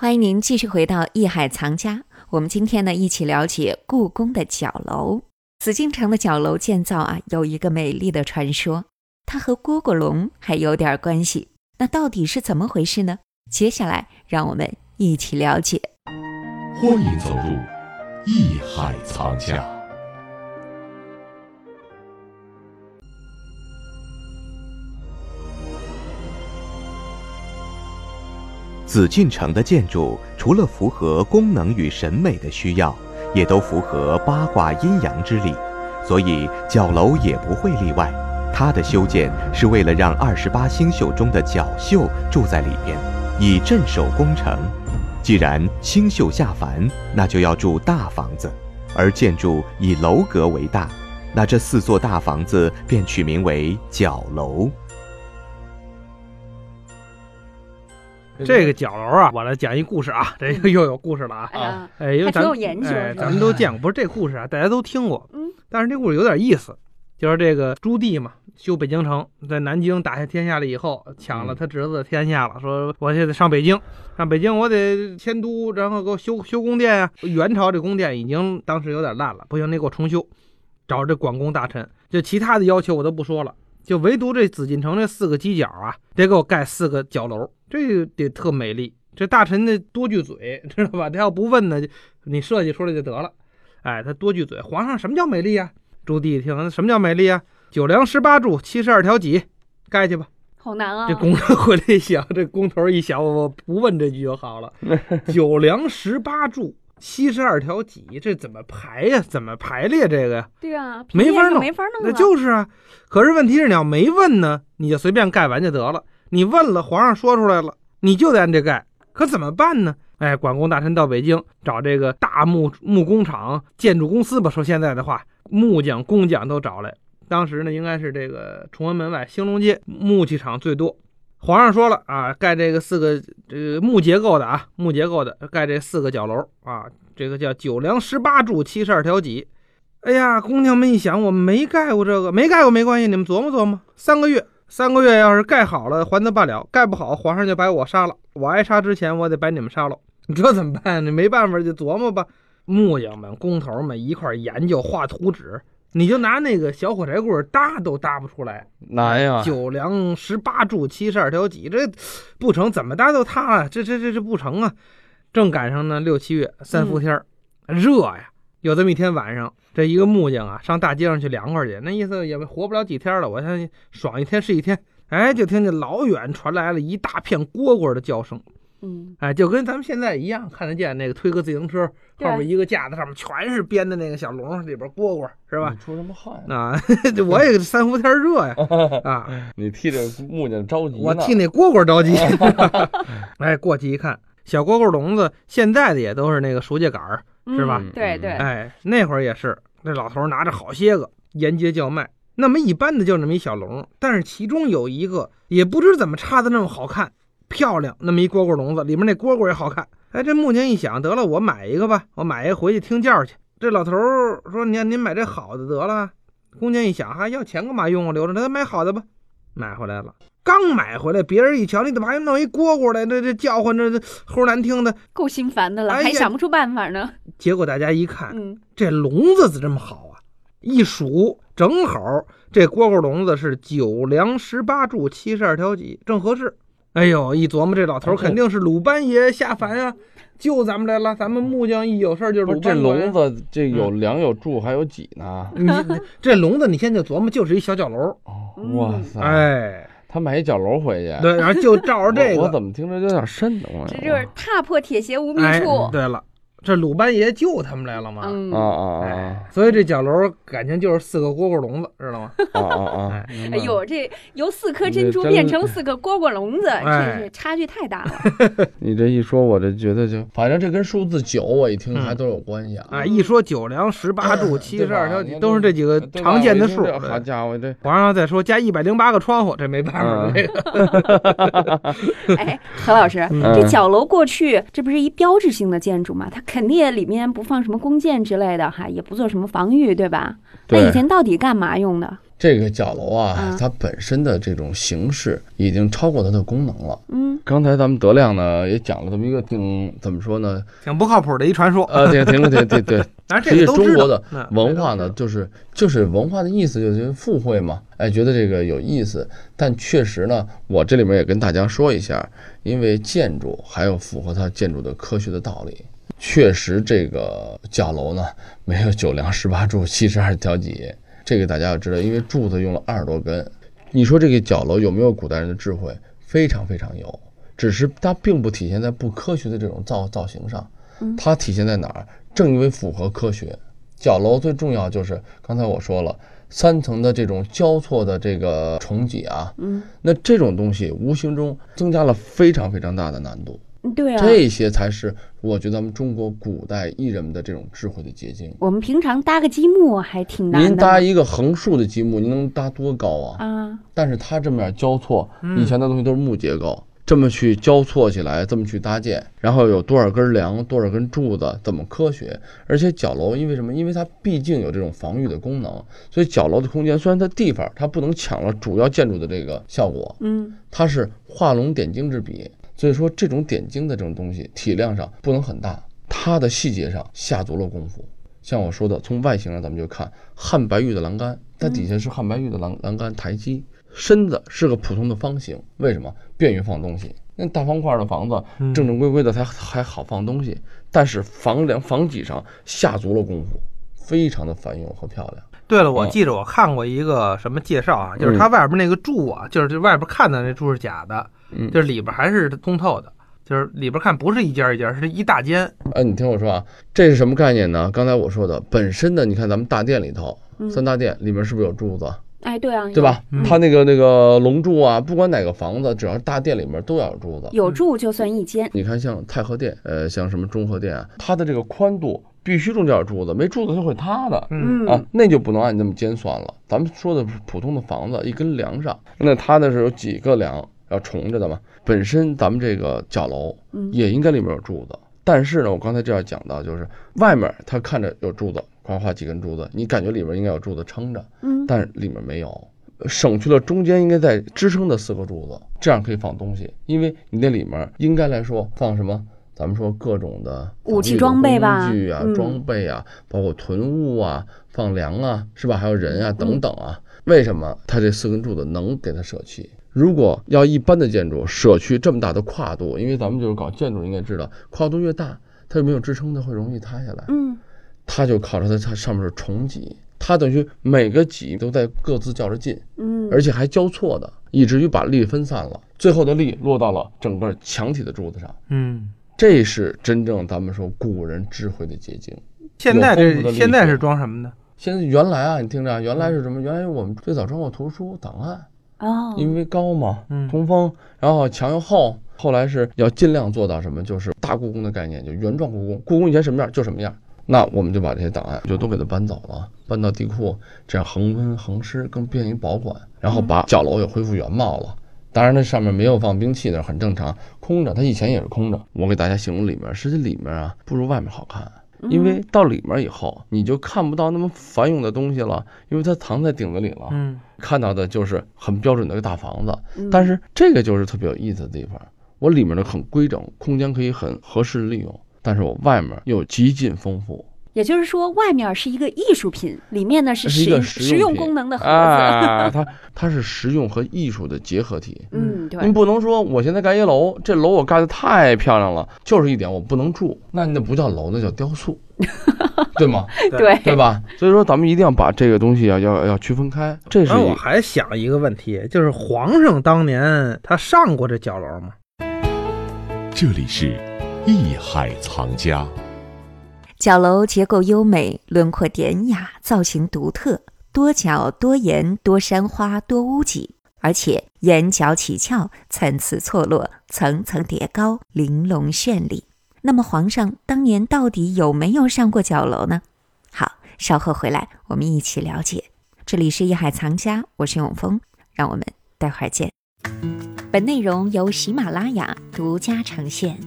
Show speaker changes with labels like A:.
A: 欢迎您继续回到《艺海藏家》，我们今天呢一起了解故宫的角楼。紫禁城的角楼建造啊，有一个美丽的传说，它和蝈蝈笼还有点关系。那到底是怎么回事呢？接下来让我们一起了解。
B: 欢迎走入艺海藏家。
C: 紫禁城的建筑除了符合功能与审美的需要，也都符合八卦阴阳之理，所以角楼也不会例外。它的修建是为了让二十八星宿中的角宿住在里边，以镇守宫城。既然星宿下凡，那就要住大房子，而建筑以楼阁为大，那这四座大房子便取名为角楼。
D: 这个角楼啊，我来讲一故事啊，这个又有故事了啊。
E: 哎呀，
D: 哎，因为
E: 还挺
D: 咱
E: 有研究
D: 哎，
E: 是吧
D: 咱们都见过，不是这故事啊，大家都听过。
E: 嗯，
D: 但是这故事有点意思，就是这个朱棣嘛，修北京城，在南京打下天下了以后，抢了他侄子的天下了，说我现在上北京，上北京我得迁都，然后给我修修宫殿啊。元朝这宫殿已经当时有点烂了，不行，你给我重修，找这管工大臣，就其他的要求我都不说了。就唯独这紫禁城这四个犄角啊，得给我盖四个角楼，这个得特美丽。这大臣得多句嘴，知道吧？他要不问呢，你设计出来就得了。哎，他多句嘴。皇上，什么叫美丽呀、朱棣一听，什么叫美丽呀、九梁十八柱，七十二条脊，盖去吧。
E: 好难 啊！
D: 这工人回来一想，这工头一想，我不问这句就好了。九梁十八柱，七十二条脊，这怎么排呀、怎么排列这个呀？
E: 对啊，
D: 没
E: 平
D: 法
E: 面
D: 弄
E: 就没法弄
D: 那
E: 了，
D: 就是啊，可是问题是你要没问呢，你就随便盖完就得了。你问了，皇上说出来了，你就得按这盖。可怎么办呢？哎，管工大臣到北京找这个大木木工厂、建筑公司吧，说现在的话，木匠、工匠都找来。当时呢，应该是这个崇文门外兴隆街木器厂最多。皇上说了啊，盖这个四个这个木结构的啊，木结构的盖这四个角楼啊，这个叫九梁十八柱七十二条脊，哎呀，姑娘们一想，我没盖过这个，没盖过没关系，你们琢磨琢磨，三个月，三个月要是盖好了还则罢了，盖不好皇上就把我杀了，我挨杀之前我得把你们杀了， 你这怎么办？你没办法就琢磨吧。木匠们、工头们一块儿研究画图纸，你就拿那个小火柴棍儿搭都搭不出来，
F: 难呀！
D: 九梁十八柱七十二条脊，这不成，怎么搭都塌了，这这这这不成啊！正赶上呢六七月三伏天儿、热呀，有这么一天晚上，这一个木匠啊上大街上去凉快去，那意思也活不了几天了，我相信爽一天是一天。哎，就听见老远传来了一大片蝈蝈的叫声，
E: 嗯，
D: 哎，就跟咱们现在一样，看得见那个推个自行车，
E: 对
D: 后边一个架子上面全是编的那个小笼，里边蝈蝈是吧
F: 你？出什么汗？
D: 啊，这我也三伏天热呀，啊，
F: 你替这木匠着急呢？
D: 我替那蝈蝈 着急。哎，过去一看，小蝈蝈笼子现在的也都是那个熟秸秆儿，是吧
E: 嗯对对，
D: 哎，那会儿也是，那老头儿拿着好些个沿街叫卖。那没一般的就那么一小笼，但是其中有一个也不知怎么插的那么好看漂亮，那么一蝈蝈笼子里面那蝈蝈也好看。哎，这木匠一想，得了，我买一个吧，我买一个回去听叫去。这老头儿说：“您您买这好的得了。”工匠一想，哈，要钱干嘛用啊？留着，那咱买好的吧。买回来了，刚买回来，别人一瞧，你怎么还弄一蝈蝈来？这这叫唤这这齁难听的。
E: 够心烦的了，
D: 哎呀哎
E: 还想不出办法呢。
D: 结果大家一看，
E: 嗯，
D: 这笼子怎么这么好啊？一数正好，这蝈蝈笼子是九梁十八柱七十二条脊，正合适。哎呦，一琢磨这老头儿肯定是鲁班爷下凡啊，救咱们来了。咱们木匠一有事儿就是
F: 不是
D: 鲁
F: 这
D: 班管
F: 笼子，这
D: 嗯
F: 有梁有柱还有脊呢。
D: 你这笼子你现在琢磨就是一小角楼，
F: 哦
E: 嗯
F: 哇塞！，
D: 哎，
F: 他买一角楼回去，
D: 对，然后就照着
F: 我
D: 这
F: 我
D: 个，
F: 怎么听着有点瘆得慌呀？
E: 这就是踏破铁鞋无觅
D: 哎
E: 处，，
D: 对了，这鲁班爷救他们来了嘛。
E: 嗯
F: 啊啊
D: 哎
F: 啊，
D: 所以这角楼感情就是四个蝈蝈笼子，知道吗？
F: 啊啊啊！
E: 哎呦，这由四颗珍
F: 这
E: 珠
F: 真
E: 变成四个蝈蝈笼子，
D: 哎
E: 这是差距太 大了。
F: 你这一说，我这觉得就反正这跟数字九，我一听
D: 嗯
F: 还都有关系啊。
D: 啊，一说九梁十八 柱、七
F: 对
D: 十
F: 吧
D: 二条脊，
F: 你
D: 都是这几个
F: 对吧
D: 常见的
F: 我一
D: 数哎
F: 听。这好家伙， 这
D: 皇上再说加一百零八个窗户，这没办法，
F: 嗯
D: 这个
E: 哎，何老师，
D: 嗯
E: 这角楼过去这不是一标志性的建筑嘛？它肯定里面不放什么弓箭之类的哈，也不做什么防御，对吧？那
F: 对
E: 以前到底干嘛用的？
F: 这个角楼啊
E: 嗯，
F: 它本身的这种形式已经超过它的功能了。
E: 嗯，
F: 刚才咱们德亮呢也讲了这么一个挺怎么说呢？
D: 挺不靠谱的一传说。
F: 呃，挺挺挺 挺对，
D: 但是
F: 其
D: 这个
F: 实
D: 都
F: 中
D: 知道
F: 国的
D: 嗯
F: 文化呢，就是就是文化的意思就是附会嘛，哎，觉得这个有意思。但确实呢，我这里面也跟大家说一下，因为建筑还有符合它建筑的科学的道理。确实，这个角楼呢没有九梁十八柱七十二条脊，这个大家要知道，因为柱子用了二十多根。你说这个角楼有没有古代人的智慧？非常非常有，只是它并不体现在不科学的这种造造型上，它体现在哪儿？正因为符合科学，角楼最重要就是刚才我说了，三层的这种交错的这个重挤啊，嗯，那这种东西无形中增加了非常非常大的难度，
E: 对啊。
F: 这些才是我觉得咱们中国古代艺人们的这种智慧的结晶。
E: 我们平常搭个积木还挺难的。
F: 您搭一个横竖的积木，您能搭多高啊？
E: 啊，
F: 但是它这么样交错，以前的东西都是木结构，这么去交错起来，这么去搭建，然后有多少根梁，多少根柱子，怎么科学？而且角楼因为什么？因为它毕竟有这种防御的功能，所以角楼的空间虽然它地方它不能抢了主要建筑的这个效果，
E: 嗯，
F: 它是画龙点睛之笔。所以说这种点睛的这种东西，体量上不能很大，它的细节上下足了功夫。像我说的，从外形上咱们就看汉白玉的栏杆，它底下是汉白玉的栏栏杆台基，身子是个普通的方形，为什么？便于放东西。那大方块的房子正正规规的才还好放东西，但是房梁房脊上下足了功夫，非常的繁荣和漂亮。
D: 对了，我
F: 嗯
D: 记着我看过一个什么介绍啊，就是它外边那个柱啊，就是这外边看的那柱是假的，
F: 嗯
D: 就是里边还是通透的，就是里边看不是一间一间，是一大间。
F: 哎，你听我说啊，这是什么概念呢？刚才我说的，本身呢，你看咱们大殿里头，三大殿里面是不是有柱子，
E: 哎，对啊，
F: 对吧？它那个那个龙柱啊，不管哪个房子，只要是大殿里面都要有柱子。
E: 有？有住就算一间，
F: 你看，像太和殿，呃，像什么中和殿啊，它的这个宽度必须中间有柱子，没柱子它会塌的。
D: 嗯，
E: 嗯，
F: 啊，那就不能按那么尖算了。咱们说的是普通的房子，一根梁上，那它的是有几个梁要重着的嘛？本身咱们这个角楼
E: 嗯
F: 也应该里面有柱子，但是呢，我刚才这样讲到，就是外面它看着有柱子，夸画几根柱子，你感觉里面应该有柱子撑着，
E: 嗯
F: 但是里面没有，省去了中间应该在支撑的四个柱子，这样可以放东西，因为你那里面应该来说放什么？咱们说各种的
E: 武器
F: 防御的
E: 装备吧
F: 工具啊、
E: 嗯
F: 装备啊，包括囤物啊、放粮啊，是吧？还有人
E: 嗯
F: 啊等等啊。为什么它这四根柱子能给它舍弃？如果要一般的建筑舍去这么大的跨度，因为咱们就是搞建筑，应该知道跨度越大，它就没有支撑，它会容易塌下来。
E: 嗯
F: 它就靠着它它上面是重脊，它等于每个脊都在各自较着劲，
E: 嗯，
F: 而且还交错的，以至于把力分散了，最后的力落到了整个墙体的柱子上。
D: 嗯，
F: 这是真正咱们说古人智慧的结晶。
D: 现在
F: 有丰富的
D: 这
F: 历史
D: 现在是装什么的？
F: 现在原来啊，你听着啊，原来是什么？原来我们最早装过图书档案，
E: 哦，
F: 因为高嘛
D: 嗯，
F: 通风，然后墙又厚。后来是要尽量做到什么？就是大故宫的概念，就原状故宫，故宫以前什么样就什么样。那我们就把这些档案就都给它搬走了，搬到地库，这样恒温恒湿更便于保管。然后把角楼也恢复原貌了。当然，那上面没有放兵器的，很正常，空着。它以前也是空着。我给大家形容里面，实际里面啊不如外面好看，因为到里面以后你就看不到那么繁荣的东西了，因为它藏在顶子里了。
D: 嗯，
F: 看到的就是很标准的一个大房子，
E: 嗯
F: 但是这个就是特别有意思的地方。我里面的很规整，空间可以很合适地利用，但是我外面又极尽丰富，
E: 也就是说，外面是一个艺术品，里面呢是
F: 这是一
E: 实
F: 个
E: 实
F: 用
E: 用
F: 品
E: 功能的盒子。
F: 啊，它它是实用和艺术的结合体。
E: 嗯，对，
F: 您不能说我现在盖一楼，这楼我盖的太漂亮了，就是一点我不能住，那那不叫楼，那叫雕塑， 对吗？
E: 对
F: 对吧？所以说咱们一定要把这个东西要要要区分开，这是
D: 然后
F: 一
D: 哎我还想一个问题，就是皇上当年他上过这角楼吗？
B: 这里是艺海藏家。
A: 角楼结构优美，轮廓典雅，造型独特，多角、多檐、多山花、多屋脊，而且檐角起翘，参差错落，层层叠高，玲珑绚丽。那么，皇上当年到底有没有上过角楼呢？好，稍后回来我们一起了解。这里是《艺海藏家》，我是永峰，让我们待会儿见。本内容由喜马拉雅独家呈现。